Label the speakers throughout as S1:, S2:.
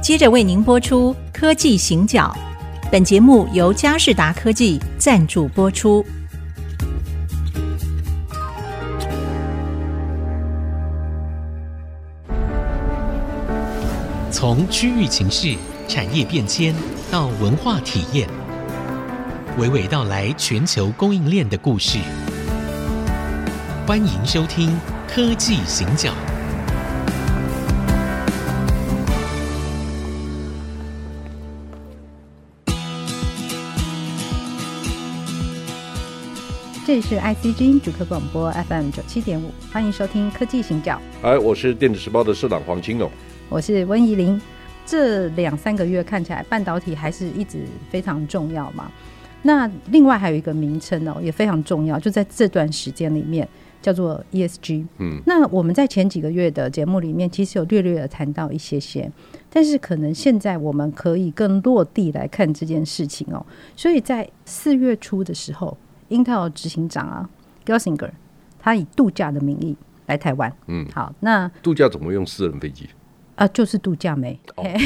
S1: 接着为您播出《科技行脚》，本节目由佳士达科技赞助播出。
S2: 从区域情势、产业变迁到文化体验，娓娓道来全球供应链的故事。欢迎收听《科技行脚》。
S3: 这里是 IC 之音主客广播 FM 九七点五，欢迎收听《科技行脚》，
S4: 哎，我是电子时报的社长黄清龙。
S3: 我是温怡玲。这两三个月看起来半导体还是一直非常重要嘛。那另外还有一个名称哦，也非常重要，就在这段时间里面叫做 ESG。
S4: 嗯，
S3: 那我们在前几个月的节目里面，其实有略略的谈到一些些，但是可能现在我们可以更落地来看这件事情哦。所以在四月初的时候，Intel 执行长啊 Gelsinger，他以度假的名义来台湾。
S4: 嗯，
S3: 好，那
S4: 度假怎么用私人飞机？
S3: 啊，就是度假没，
S4: 哦
S3: 嘿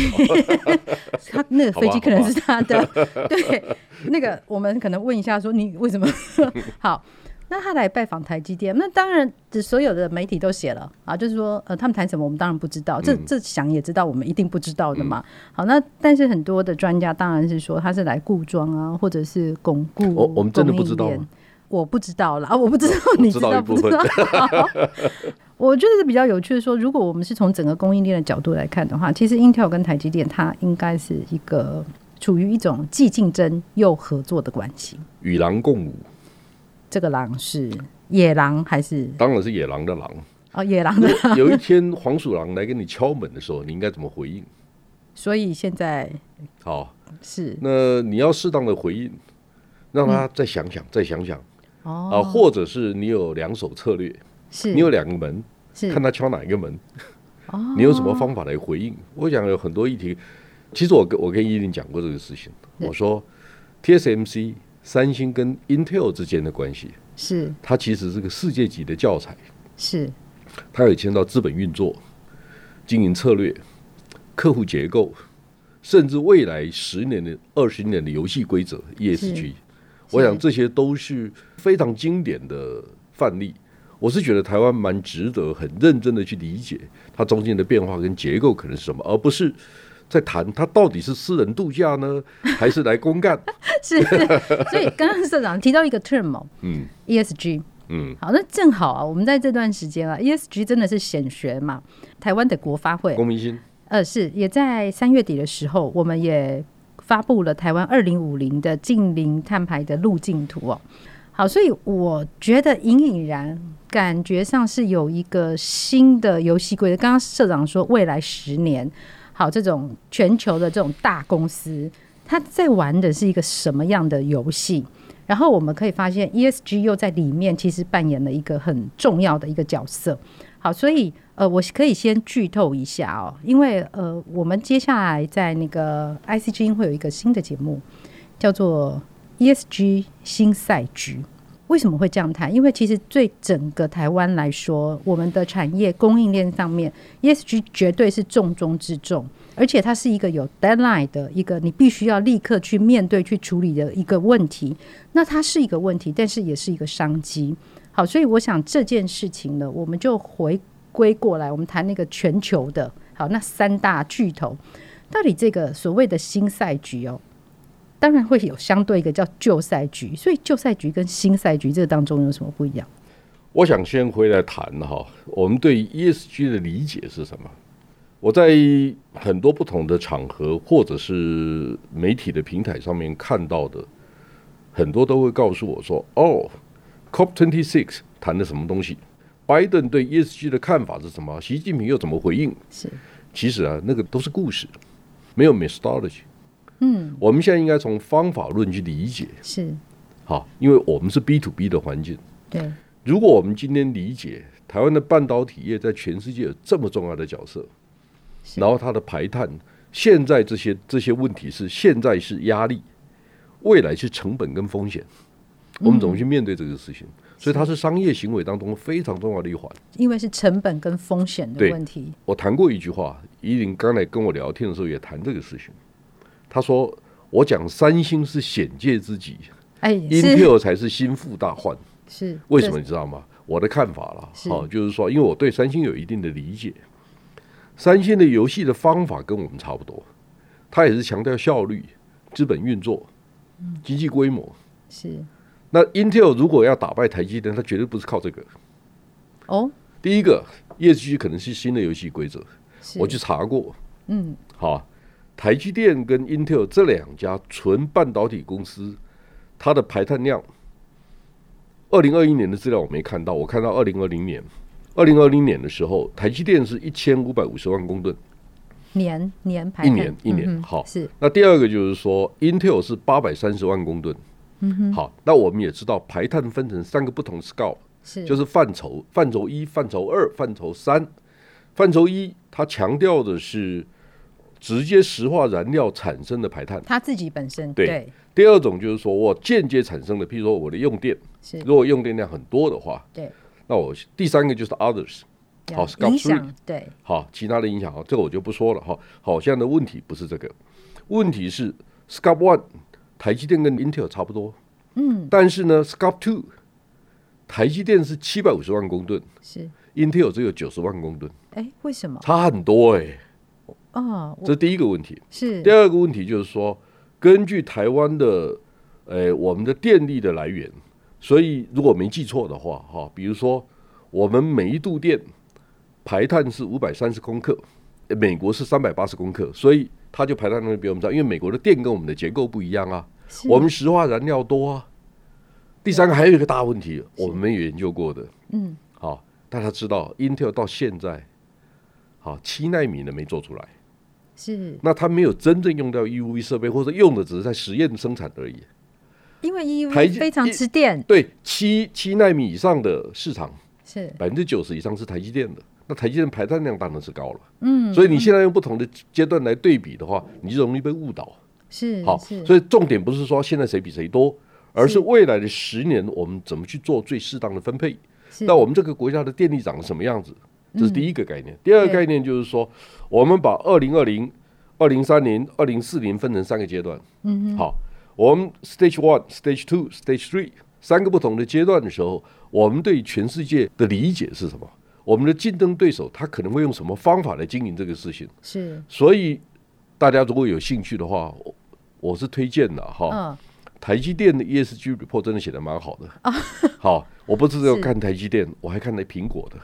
S3: 他那个飞机可能是他的，对，那个我们可能问一下说你为什么 好？那他来拜访台积电，那当然所有的媒体都写了啊，就是说呃他们谈什么我们当然不知道，
S4: 嗯
S3: 这这想也知道我们一定不知道的嘛。好，那但是很多的专家当然是说他是来故装啊，或者是巩固
S4: 哦我我们真的不知道
S3: 供应
S4: 吗
S3: 链。我不知道啦，啊我不知道你
S4: 知道一
S3: 不知
S4: 部分
S3: 道？ 我觉得比较有趣的说，如果我们是从整个供应链的角度来看的话，其实 Intel 跟台积电它应该是一个处于一种既竞争又合作的关系。
S4: 与狼共舞，
S3: 这个狼是野狼还是
S4: 当然是野狼的狼。
S3: 哦野狼的狼？
S4: 有一天黄鼠狼来跟你敲门的时候，你应该怎么回应？
S3: 所以现在
S4: 好，
S3: 是
S4: 那你要适当的回应，让他再想想，再想想啊、
S3: 哦，嗯
S4: 或者是你有两手策略，
S3: 是
S4: 你有两个门，
S3: 是
S4: 看他敲哪一个门， 你有什么方法来回应？我想有很多议题，其实我跟我跟依林讲过这个事情，
S3: 对
S4: 我说 TSMC、三星跟 Intel 之间的关系，
S3: 是
S4: 它其实是个世界级的教材。
S3: 是
S4: 它有牵到资本运作、经营策略、客户结构，甚至未来十年的、二十年的游戏规则 ESG。我想这些都是非常经典的范例。我是觉得台湾蛮值得很认真的去理解它中间的变化跟结构可能是什么，而不是在谈它到底是私人度假呢，还是来公干？
S3: 是，所以刚刚社长提到一个 term 哦
S4: 嗯
S3: ESG。
S4: 嗯，
S3: 好，那正好啊，我们在这段时间啊，ESG 真的是显学嘛。台湾的国发会
S4: 公民心
S3: 呃，是也在三月底的时候，我们也发布了台湾二零五零的近零碳排的路径图哦。好，所以我觉得隐隐然感觉上是有一个新的游戏规则。刚刚社长说，未来十年，好，这种全球的这种大公司，它在玩的是一个什么样的游戏？然后我们可以发现，ESG 又在里面其实扮演了一个很重要的一个角色。好，所以呃，我可以先剧透一下哦，因为呃，我们接下来在那个 IC 之音会有一个新的节目，叫做 ESG 新赛局。为什么会这样谈？因为其实对整个台湾来说，我们的产业供应链上面，ESG 绝对是重中之重，而且它是一个有 deadline 的一个，你必须要立刻去面对、去处理的一个问题。那它是一个问题，但是也是一个商机。好，所以我想这件事情呢，我们就回归过来，我们谈那个全球的，好，那三大巨头，到底这个所谓的新赛局哦，当然会有相对一个叫旧赛局，哦所以旧赛局跟新赛局这个当中有什么不一样？
S4: 我想先回来谈哈，我们对 ESG 的理解是什么？我在很多不同的场合或者是媒体的平台上面看到的，很多都会告诉我说：“哦，COP26 谈的什么东西？拜登对 ESG 的看法是什么？习近平又怎么回应？”
S3: 是
S4: 其实啊，那个都是故事，没有 methodology。嗯，我们现在应该从方法论去理解，
S3: 是，
S4: 好，因为我们是 B to B 的环境。
S3: 对，
S4: 如果我们今天理解台湾的半导体业在全世界有这么重要的角色，
S3: 是
S4: 然后它的排碳，现在这些这些问题是现在是压力，未来是成本跟风险，
S3: 嗯
S4: 我们怎么去面对这个事情？所以它是商业行为当中非常重要的一环。
S3: 因为是成本跟风险的
S4: 对
S3: 问题，
S4: 我谈过一句话，依林刚才跟我聊天的时候也谈这个事情，他说我讲三星是显见之极
S3: 哎，是
S4: ，Intel 才是心腹大患。
S3: 是，
S4: 为什么你知道吗？我的看法了，
S3: 是
S4: 哦，就是说，因为我对三星有一定的理解，三星的游戏的方法跟我们差不多，它也是强调效率、资本运作、经济规模。
S3: 是？是
S4: 那 Intel 如果要打败台积电，它绝对不是靠这个。
S3: 哦，
S4: 第一个，业绩可能是新的游戏规则，
S3: 是
S4: 我去查过，
S3: 嗯，
S4: 好、台积电跟 Intel 这两家纯半导体公司，它的排碳量，二零二一年的资料我没看到，我看到二零二零年，二零二零年的时候，台积电是一千五百五十万公吨，
S3: 年年排
S4: 一
S3: 碳
S4: 年一年
S3: 嗯哼
S4: 好
S3: 是
S4: 那第二个就是说，Intel 是八百三十万公吨。嗯、好，那我们也知道排碳分成三个不同 scale，
S3: 是
S4: 就是范畴，范畴一、范畴二、范畴三。范畴一，它强调的是直接石化燃料产生的排碳；
S3: 他自己本身
S4: 对
S3: 对
S4: 第二种就是说我间接产生的，譬如说我的用电，
S3: 是，
S4: 如果用电量很多的话，
S3: 对，
S4: 那我第三个就是 others，好
S3: 呀
S4: scope
S3: 影
S4: three
S3: 响对
S4: 好，其他的影响好，这个我就不说了哈。好，现在的问题不是这个，问题是 Scope One，台积电跟 Intel 差不多，嗯，但是呢，Scope Two，台积电是七百五十万公吨
S3: 是，
S4: ，Intel 只有九十万公吨，
S3: 哎，为什么？
S4: 差很多哎、
S3: 哦，我
S4: 这是第一个问题。
S3: 是
S4: 第二个问题就是说，根据台湾的，呃，我们的电力的来源，所以如果没记错的话，哈、比如说我们每一度电排碳是五百三十公克，呃美国是三百八十公克，所以它就排碳量比我们少，因为美国的电跟我们的结构不一样啊，
S3: 是
S4: 我们石化燃料多啊。第三个还有一个大问题，我们没有研究过的，
S3: 嗯，
S4: 好、大家知道 Intel 到现在，好、七纳米呢没做出来。
S3: 是
S4: 那它没有真正用到 EUV 设备，或者用的只是在实验生产而已。
S3: 因为
S4: 台
S3: EUV
S4: 积
S3: 非常
S4: 一
S3: 吃电，
S4: 对，七七纳米以上的市场，
S3: 是
S4: 百分之九十以上是台积电的，那台积电排碳量当然是高了。嗯，所以你现在用不同的阶段来对比的话，你就容易被误导。
S3: 是
S4: 好，
S3: 是，
S4: 所以重点不是说现在谁比谁多，而
S3: 是
S4: 是未来的十年我们怎么去做最适当的分配。
S3: 是
S4: 那我们这个国家的电力长得什么样子？
S3: 嗯
S4: 这是第一个概念。第二个
S3: 对
S4: 概念就是说，我们把二零二零、二零三零、二零四零分成三个阶段。嗯，好，我们 Stage One、Stage Two、Stage Three 三个不同的阶段的时候，我们对全世界的理解是什么？我们的竞争对手他可能会用什么方法来经营这个事情？
S3: 是
S4: 所以大家如果有兴趣的话，我我是推荐的哈。
S3: 嗯
S4: 台积电的 ESG report 真的写的蛮好的。 好，我不哦是只有
S3: 是
S4: 看台积电，我还看了苹果的，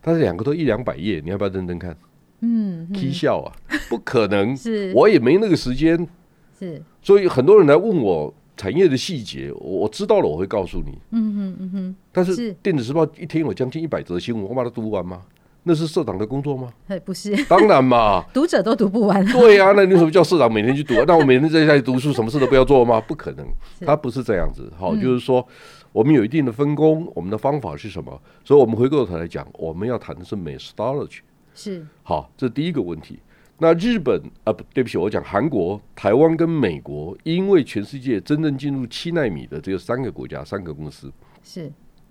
S4: 但是两个都一两百页，你要不要认真看？
S3: 嗯，
S4: 踢笑 啊，不可能
S3: 是
S4: 我也没那个时间，
S3: 是
S4: 所以很多人来问我产业的细节，我我知道了我会告诉你。嗯哼嗯哼，但
S3: 是
S4: 是电子时报一天有将近一百则新闻，我把它读完吗？那是社长的工作吗？
S3: 嘿不是
S4: 当然嘛。
S3: 读者都读不完，
S4: 对呀、那你为什么叫社长每天 去读？那我每天在家里读书，什么事都不要做吗？不可能，他不是这嗯样子。好，就是说我们有一定的分工，我们的方法是什么？所以我们回过头来讲，我们要谈的是 methodology。
S3: 是
S4: 好，这是第一个问题。那日本啊，不对不起，我讲韩国、台湾跟美国，因为全世界真正进入七纳米的只有三个国家、三个公司。
S3: 是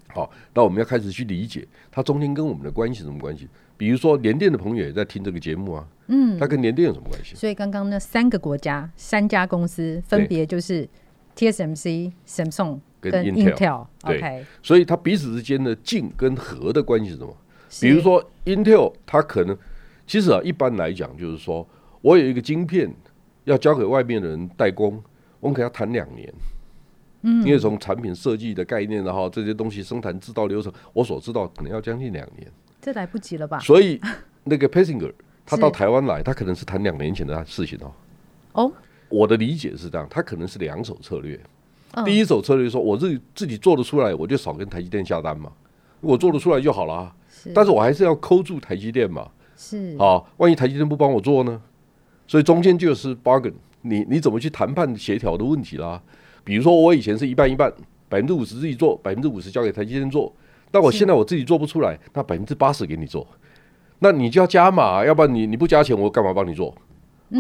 S4: 好，那我们要开始去理解它中间跟我们的关系是什么关系。比如说联电的朋友也在听这个节目啊，嗯，它跟联电有什么关系？
S3: 所以刚刚那三个国家三家公司分
S4: 对
S3: 别就是 TSMC、Samsung
S4: 跟 Intel
S3: Intel。
S4: 对
S3: OK，
S4: 所以它彼此之间的竞跟和的关系是什么？
S3: 是
S4: 比如说 Intel，它可能其实啊，一般来讲就是说我有一个晶片要交给外面的人代工，我们可能要谈两年。嗯，因为从产品设计的概念，然后这些东西生产制造流程，我所知道可能要将近两年。
S3: 这来不及了吧？
S4: 所以那个 Pesinger
S3: 啊
S4: 他
S3: 是
S4: 到台湾来，他可能是谈两年前的事情哦。
S3: 哦，
S4: 我的理解是这样，他可能是两手策略。
S3: 嗯
S4: 第一手策略说，我自己自己做得出来，我就少跟台积电下单嘛，我做得出来就好啦。
S3: 是
S4: 但是我还是要抠住台积电嘛，
S3: 是
S4: 啊，万一台积电不帮我做呢？所以中间就是 bargain，你你怎么去谈判协调的问题啦？比如说我以前是一半一半，百分之五十自己做，百分之五十交给台积电做，那我现在我自己做不出来，那百分之八十给你做，那你就要加码，啊要不然你你不加钱，我干嘛帮你做？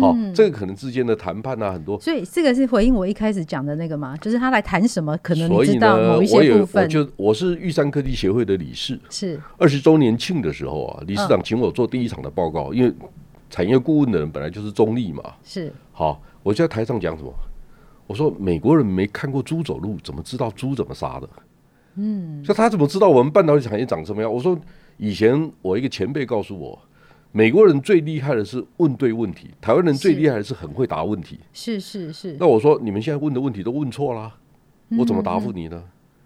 S4: 好、
S3: 嗯
S4: 这个可能之间的谈判啊，很多
S3: 所以这个是回应我一开始讲的那个嘛，就是他来谈什么，可能
S4: 所
S3: 你
S4: 以
S3: 知道
S4: 呢
S3: 某一，
S4: 我
S3: 些部
S4: 有我
S3: 分
S4: 就我是玉山科技协会的理事，
S3: 是嗯
S4: 二十周年庆的时候啊，理事长请我做第一场的报告，因为产业顾问的人本来就是中立嘛。
S3: 是
S4: 好，我就在台上讲什么？我说美国人没看过猪走路，怎么知道猪怎么杀的？嗯，就他怎么知道我们半导体产业长什么样？我说以前我一个前辈告诉我，美国人最厉害的是问对问题，台湾人最
S3: 是
S4: 厉害的是很会答问题。
S3: 是是是，
S4: 那我说你们现在问的问题都问错啦，我怎么答复你呢？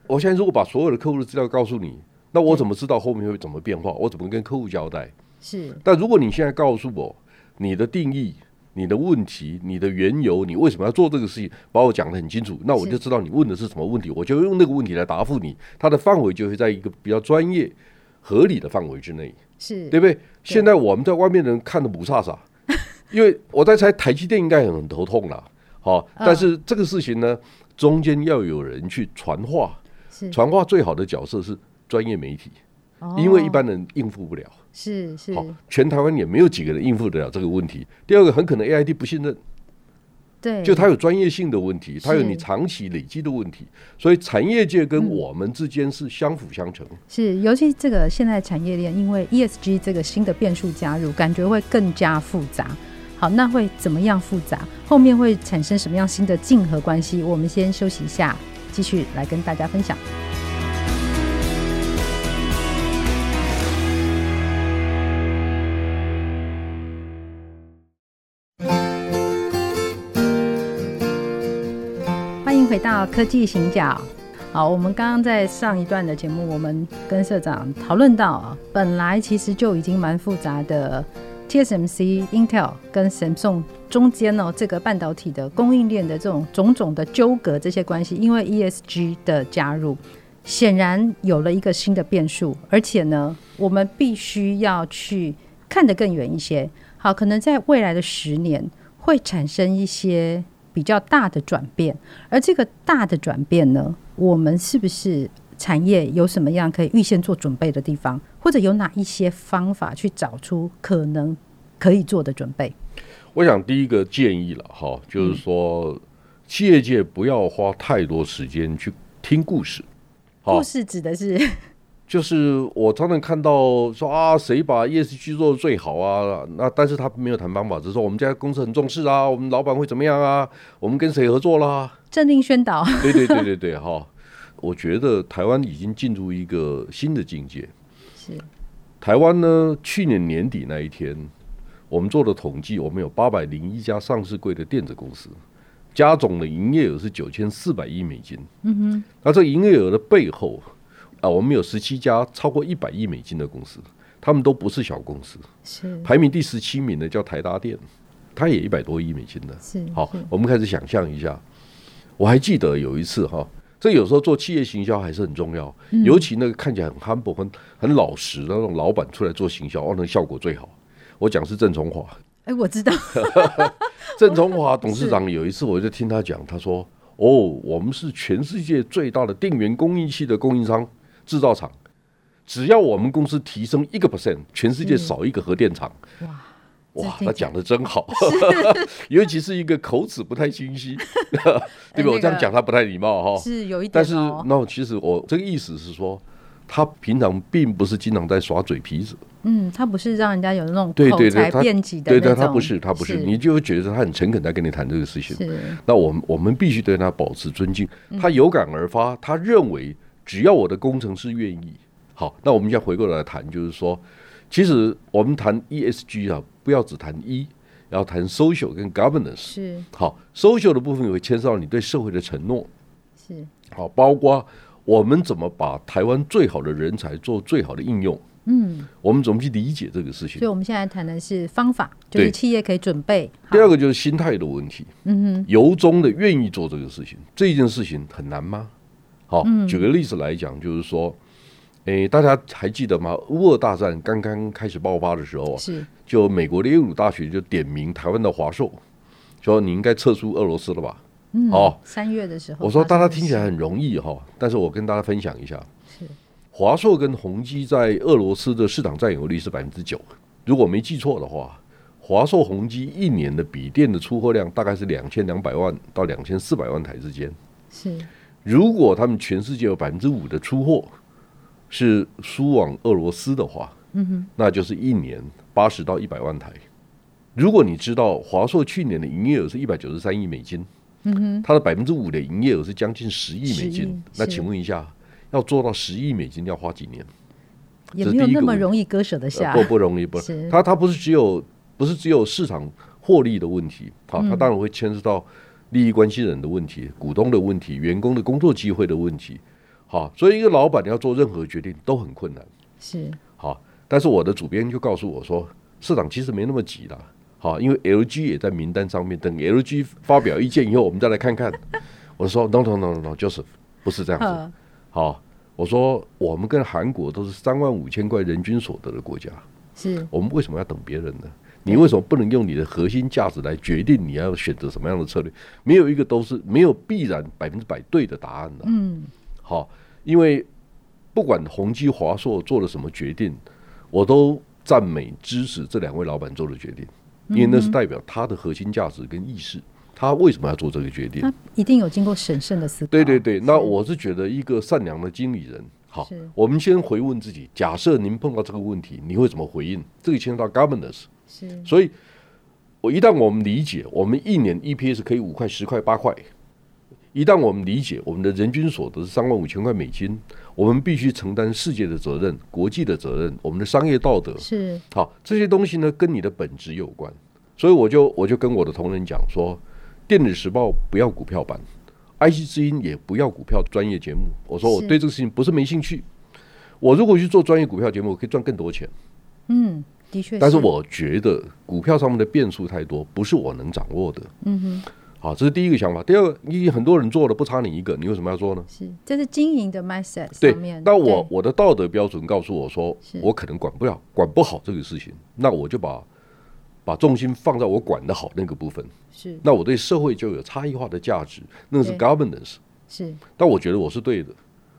S4: 我现在如果把所有的客户的资料告诉你，那我怎么知道后面会怎么变化？我怎么跟客户交代？
S3: 是
S4: 但如果你现在告诉我你的定义、你的问题、你的缘由，你为什么要做这个事情，把我讲得很清楚，那我
S3: 是
S4: 就知道你问的是什么问题，我就用那个问题来答复你，它的范围就会在一个比较专业、合理的范围之内，
S3: 是，
S4: 对不对？现在我们在外面的人看的不 飒飒，因为我在猜台积电应该很头痛啦。好、
S3: 嗯
S4: 但是这个事情呢，中间要有人去传话，
S3: 是，
S4: 传话最好的角色是专业媒体，
S3: 哦
S4: 因为一般人应付不了。
S3: 是是
S4: 好，全台湾也没有几个人应付得了这个问题。第二个，很可能 AIT 不信任，
S3: 对，
S4: 就它有专业性的问题，它有
S3: 是嗯
S4: 你长期累积的问题，所以产业界跟我们之间是相辅相成。
S3: 是，尤其这个现在产业链，因为 ESG 这个新的变数加入，感觉会更加复杂。好，那会怎么样复杂？后面会产生什么样新的竞合关系？我们先休息一下，继续来跟大家分享。欢迎回到科技行脚。好，我们刚刚在上一段的节目，我们跟社长讨论到啊，本来其实就已经蛮复杂的 TSMC、Intel 跟 Samsung 中间呢、这个半导体的供应链的这种种种的纠葛这些关系，因为 ESG 的加入，显然有了一个新的变数，而且呢，我们必须要去看得更远一些。好，可能在未来的十年会产生一些比较大的转变。而这个大的转变呢，我们是不是产业有什么样可以预先做准备的地方，或者有哪一些方法去找出可能可以做的准备？
S4: 我想第一个建议了哈，就是说，企业界不要花太多时间去听故事。
S3: 故事指的是
S4: 就是我常常看到说啊，谁把 ESG 做的最好啊？那但是他没有谈方法，只是说我们家公司很重视啊，我们老板会怎么样啊？我们跟谁合作啦？
S3: 政令宣导，
S4: 对对对对对，哈，我觉得台湾已经进入一个新的境界。
S3: 是
S4: 台湾呢，去年年底那一天，我们做的统计，我们有八百零一家上市柜的电子公司，加总的营业额是九千四百亿美金。嗯哼，那这个营业额的背后啊，我们有十七家超过一百亿美金的公司，他们都不是小公司，
S3: 是
S4: 排名第十七名的叫台达电，它也一百多亿美金的。
S3: 是
S4: 好
S3: 是，
S4: 我们开始想象一下。我还记得有一次哈，这有时候做企业行销还是很重要，
S3: 嗯
S4: 尤其那个看起来很 humble、很很老实的那种老板出来做行销，哦，那效果最好。我讲是郑崇华，
S3: 哎，我知道
S4: 郑崇华董事长有一次我就听他讲，他说：“哦，我们是全世界最大的电源供应器的供应商制造厂，只要我们公司提升一个 percent，全世界少一个核电厂。”
S3: 嗯哇。
S4: 哇，
S3: 这听起来
S4: 他讲的真好， 尤其是一个口齿不太清晰， 对
S3: 那
S4: 吧？
S3: 个
S4: 我这样讲他不太礼貌哈。
S3: 是有一点
S4: 但是
S3: 哦，
S4: 那我其实我这个意思是说，他平常并不是经常在耍嘴皮子，
S3: 嗯，他不是让人家有那种
S4: 对
S3: 口
S4: 对
S3: 才
S4: 对，他
S3: 辩解的
S4: 对
S3: 那
S4: 对，
S3: 种，
S4: 他不是他不是，你就会觉得他很诚恳在跟你谈这个事情。
S3: 是
S4: 那我们我们必须对他保持尊敬，他有感而发，他认为只要我的工程师愿意，好，那我们现在回过来谈，就是说，其实我们谈 ESG 啊，不要只谈 E，要谈 social 跟 governance。
S3: 是
S4: 好，social 的部分也会牵涉到你对社会的承诺，
S3: 是
S4: 好，包括我们怎么把台湾最好的人才做最好的应用，
S3: 嗯，
S4: 我们怎么去理解这个
S3: 所
S4: 事
S3: 以
S4: 情。
S3: 我们现在谈的是方法，就是
S4: 对
S3: 企业可以准备好
S4: 第二个就是心态的问题，
S3: 嗯哼，
S4: 由衷的愿意做这个事情，这件事情很难吗？好，
S3: 嗯
S4: 举个例子来讲，就是说，诶，大家还记得吗？乌俄大战刚刚开始爆发的时候啊，
S3: 是
S4: 就美国的耶鲁大学就点名台湾的华硕，说你应该撤出俄罗斯了吧？
S3: 嗯
S4: 哦，
S3: 三月的时候，
S4: 我说大家听起来很容易哈，但是我跟大家分享一下
S3: 是，
S4: 华硕跟宏基在俄罗斯的市场占有率是百分之九，如果没记错的话，华硕、宏基一年的笔电的出货量大概是两千两百万到两千四百万台之间。
S3: 是
S4: 如果他们全世界有百分之五的出货是输往俄罗斯的话，嗯哼，那就是一年八十到一百万台。如果你知道华硕去年的营业额是一百九十三亿美金，
S3: 嗯哼，
S4: 它的百分之五的营业额是将近十亿美
S3: 10亿
S4: 金，那
S3: 是
S4: 请问一下，要做到十亿美金要花几年？
S3: 也
S4: 这
S3: 没有
S4: 第一
S3: 那
S4: 个
S3: 么
S4: 问题
S3: 容易割舍得
S4: 呃
S3: 下。
S4: 不不容易，不
S3: 是，
S4: 它它不是只有不是只有市场获利的问题，好、
S3: 嗯
S4: 它当然会牵涉到利益关系人的问题、股东的问题、员工的工作机会的问题，好、所以一个老板要做任何决定都很困难，
S3: 是
S4: 好、但是我的主编就告诉我说，市场其实没那么急的，好、因为 LG 也在名单上面，等 LG 发表意见以后，我们再来看看。 我说 no no no no no，就是不是这样子，
S3: 呃，
S4: 好、我说我们跟韩国都是三万五千块人均所得的国家。
S3: 是
S4: 我们为什么要等别人呢？你为什么不能用你的核心价值来决定你要选择什么样的策略？没有一个都是没有必然百分之百对的答案的、
S3: 嗯，
S4: 好，因为不管宏基、华硕做了什么决定，我都赞美支持这两位老板做的决定，
S3: 嗯
S4: 因为那是代表他的核心价值跟意识，他为什么要做这个决定？
S3: 他一定有经过审慎的思考。啊
S4: 对对对，那我是觉得一个善良的经理人，好
S3: 是，
S4: 我们先回问自己：假设您碰到这个问题，你会怎么回应？这个牵涉到 governance。
S3: 是
S4: 所以，我一旦我们理解，我们一年 E EPS 可以五块、十块、八块。一旦我们理解我们的人均所得是三万五千块美金，我们必须承担世界的责任、国际的责任、我们的商业道德。
S3: 是
S4: 好，这些东西呢，跟你的本质有关。所以我就我就跟我的同仁讲说，电子时报不要股票版，IC 之音也不要股票专业节目。我说我
S3: 是
S4: 对这个事情不是没兴趣，我如果去做专业股票节目，我可以赚更多钱。
S3: 嗯，的确。
S4: 但是我觉得股票上面的变数太多，不是我能掌握的。
S3: 嗯哼，
S4: 好，这是第一个想法。第二个，你很多人做的不差你一个，你为什么要做呢？
S3: 是这是经营的 mindset
S4: 对
S3: 上面。，
S4: 那我
S3: 对
S4: 我的道德标准告诉我说
S3: 是，
S4: 我可能管不了、管不好这个事情，那我就把把重心放在我管得好那个部分。
S3: 是
S4: 那我对社会就有差异化的价值，那个是
S3: 对
S4: governance。
S3: 是
S4: 但我觉得我是对的，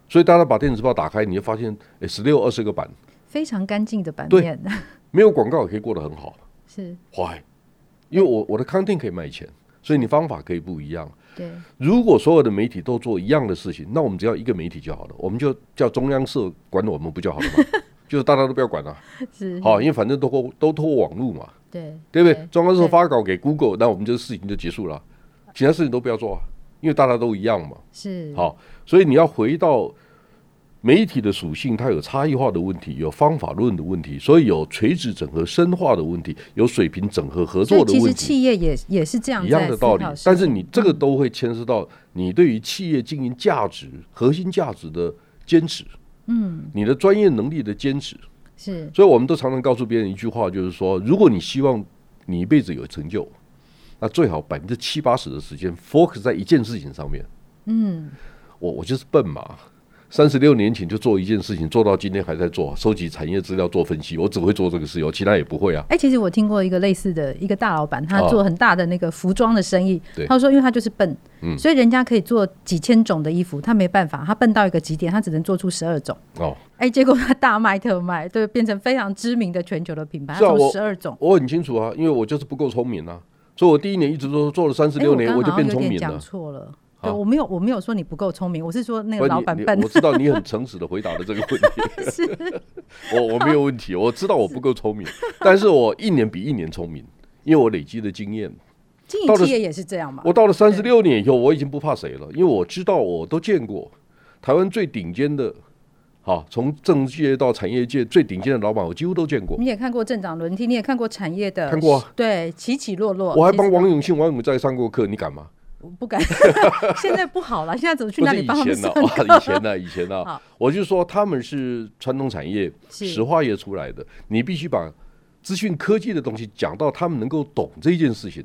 S4: 所以大家把电子报打开，你就发现，诶十六、二十个版，
S3: 非常干净的版
S4: 对
S3: 面，
S4: 没有广告也可以过得很好。
S3: 是
S4: Why？因为我我的 content 可以卖钱，所以你方法可以不一样。
S3: 对
S4: 如果所有的媒体都做一样的事情，那我们只要一个媒体就好了，我们就叫中央社管我们不就好了吗？ 就是大家都不要管了、啊
S3: 是
S4: 好，因为反正都过都透过网络嘛，
S3: 对
S4: 嗯对不对？中央社
S3: 对
S4: 发稿给 Google，那我们这个事情就结束了，其他事情都不要做啊，因为大家都一样嘛。
S3: 是
S4: 好，所以你要回到媒体的属性，它有差异化的问题，有方法论的问题，所以有垂直整合深化的问题，有水平整合合
S3: 所以
S4: 作的
S3: 其
S4: 问
S3: 实
S4: 题，
S3: 企业也也是这样
S4: 一样
S3: 在
S4: 的
S3: 思
S4: 道理
S3: 考事。嗯
S4: 但是
S3: 情
S4: 你这个都会牵涉到你对于企业经营价值、核心价值的坚持，嗯，你的专业能力的坚持。
S3: 是
S4: 所以我们都常常告诉别人一句话，就是说，如果你希望你一辈子有成就，那最好百分之七八十的时间 focus 在一件事情上面。
S3: 嗯
S4: 我我就是笨嘛，三十六年前就做一件事情，做到今天还在做，收集产业资料做分析，我只会做这个事情，我其他也不会啊。
S3: 哎、其实我听过一个类似的一个大老板，他
S4: 哦
S3: 做很大的那个服装的生意，
S4: 对嗯
S3: 他说因为他就是笨，所以人家可以做几千种的衣服，他没办法，他笨到一个极点，他只能做出十二种。
S4: 哦，
S3: 哎、结果他大卖特卖，对，变成非常知名的全球的品牌，他
S4: 是啊
S3: 做
S4: 我
S3: 十二种。
S4: 我很清楚啊，因为我就是不够聪明啊，所以我第一年一直都做了三十六
S3: 哎
S4: 年，
S3: 我
S4: 我
S3: 刚
S4: 就
S3: 好像
S4: 变
S3: 有
S4: 聪
S3: 点
S4: 明
S3: 讲
S4: 了。
S3: 错了，对
S4: 啊
S3: 我没有我没有说你不够聪明，我是说那
S4: 不
S3: 个
S4: 然
S3: 老
S4: 你
S3: 板
S4: 你
S3: 笨
S4: 我，知道你很诚实的回答了这个 问题， 我我没有问题，我知道我不够聪明，但是我一年比一年聪明，因为我累积的经验。
S3: 经
S4: 到
S3: 营
S4: 了
S3: 企业也是这样嘛
S4: 我。到了三十六年以后，我已经不怕谁了，因为我知道我都见过台湾最顶尖的，好、从政治界到产业界最顶尖的老板，我几乎都见过。
S3: 你也看过政党轮替，你也看过产业的，
S4: 看过啊
S3: 对起起落落。
S4: 我还
S3: 其实
S4: 帮王永庆、王永在上过课，你敢吗？
S3: 我不敢， 现在不好了，现在怎么去
S4: 不
S3: 那
S4: 是
S3: 里
S4: 以
S3: 帮他们
S4: 前
S3: 上
S4: 呢、哇以前呢、以前呢、
S3: 好
S4: 我就说他们是传统产业、
S3: 是
S4: 石化业出来的，你必须把资讯科技的东西讲到他们能够懂这件事情，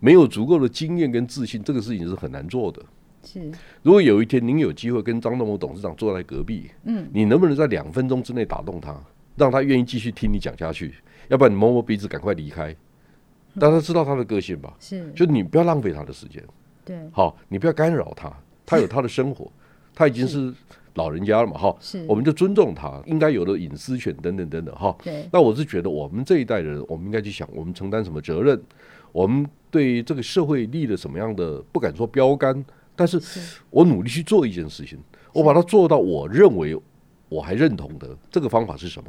S4: 没有足够的经验跟自信，这个事情是很难做的。
S3: 是
S4: 如果有一天您有机会跟张忠谋董事长坐在隔壁，
S3: 嗯，
S4: 你能不能在两分钟之内打动他，让他愿意继续听你讲下去？要不然你摸摸鼻子赶快离开。大家知道他的个性吧？
S3: 是，
S4: 就你不要浪费他的时间，
S3: 对，
S4: 好，你不要干扰他，他有他的生活，他已经是老人家了嘛，哈，
S3: 是
S4: 我们就尊重他应该有的隐私权等等等等，哈。
S3: 对，
S4: 那我是觉得我们这一代人，我们应该去想，我们承担什么责任，我们对这个社会立了什么样的，不敢说标杆，但是
S3: 是
S4: 我努力去做一件事情，我把它做到我认为我还认同的，这个方法是什么？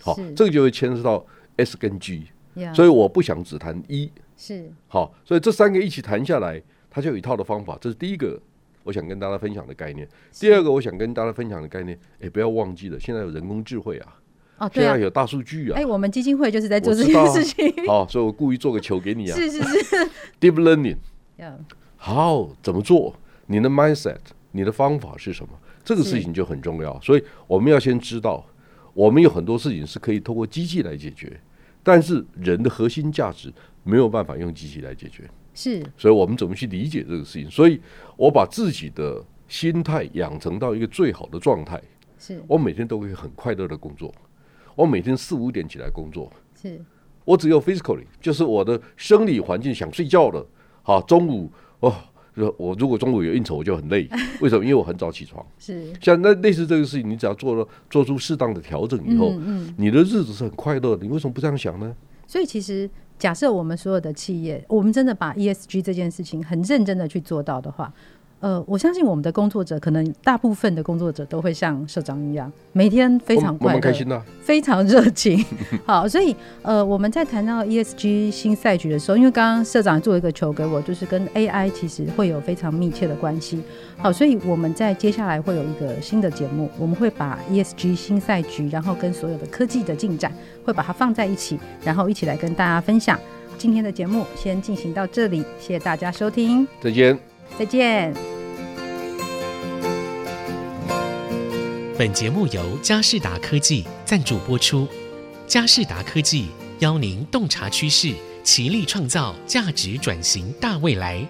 S4: 好
S3: 是，嗯
S4: 这个就会牵涉到 S 跟 G。
S3: 呀
S4: 所以我不想只谈一。
S3: 是
S4: 好，所以这三个一起谈下来，它就有一套的方法。这是第一个我想跟大家分享的概念。第二个我想跟大家分享的概念，哎，不要忘记了，现在有人工智慧啊，
S3: 哦，
S4: 现
S3: 对啊
S4: 在，有大数据啊
S3: 哎，。我们基金会就是在做
S4: 我
S3: 这
S4: 知道
S3: 件
S4: 啊
S3: 事情，
S4: 好，所以我故意做个球给你啊。
S3: 是是是，
S4: Deep learning，
S3: 呀
S4: 好，怎么做？你的 mindset，你的方法是什么？这个
S3: 是
S4: 事情就很重要。所以我们要先知道，我们有很多事情是可以透过机器来解决，但是人的核心价值没有办法用机器来解决。
S3: 是
S4: 所以我们怎么去理解这个事情？所以我把自己的心态养成到一个最好的状态，
S3: 是
S4: 我每天都会很快乐的工作，我每天四五点起来工作，
S3: 是
S4: 我只有 physically，就是我的生理环境想睡觉了。好，中午哦，我如果中午有应酬，我就很 累，为什么？因为我很早起床。
S3: 是，
S4: 像那类似这个事情，你只要做了做出适当的调整以后，
S3: 嗯嗯，
S4: 你的日子是很快乐的。你为什么不这样想呢？
S3: 所以其实假设我们所有的企业，我们真的把 ESG 这件事情很认真的去做到的话。呃，我相信我们的工作者，可能大部分的工作者都会像社长一样，每天非常
S4: 我们我
S3: 快乐，
S4: 们开心呐、啊
S3: 非常热情。 好，所以呃，我们在谈到 ESG 新赛局的时候，因为刚刚社长做一个球给我，就是跟 AI 其实会有非常密切的关系。好，所以我们在接下来会有一个新的节目，我们会把 ESG 新赛局，然后跟所有的科技的进展，会把它放在一起，然后一起来跟大家分享。今天的节目先进行到这里，谢谢大家收听，
S4: 再见。
S3: 再见。
S2: 本节目由佳士达科技赞助播出。佳士达科技邀您洞察趋势，齐力创造价值转型大未来。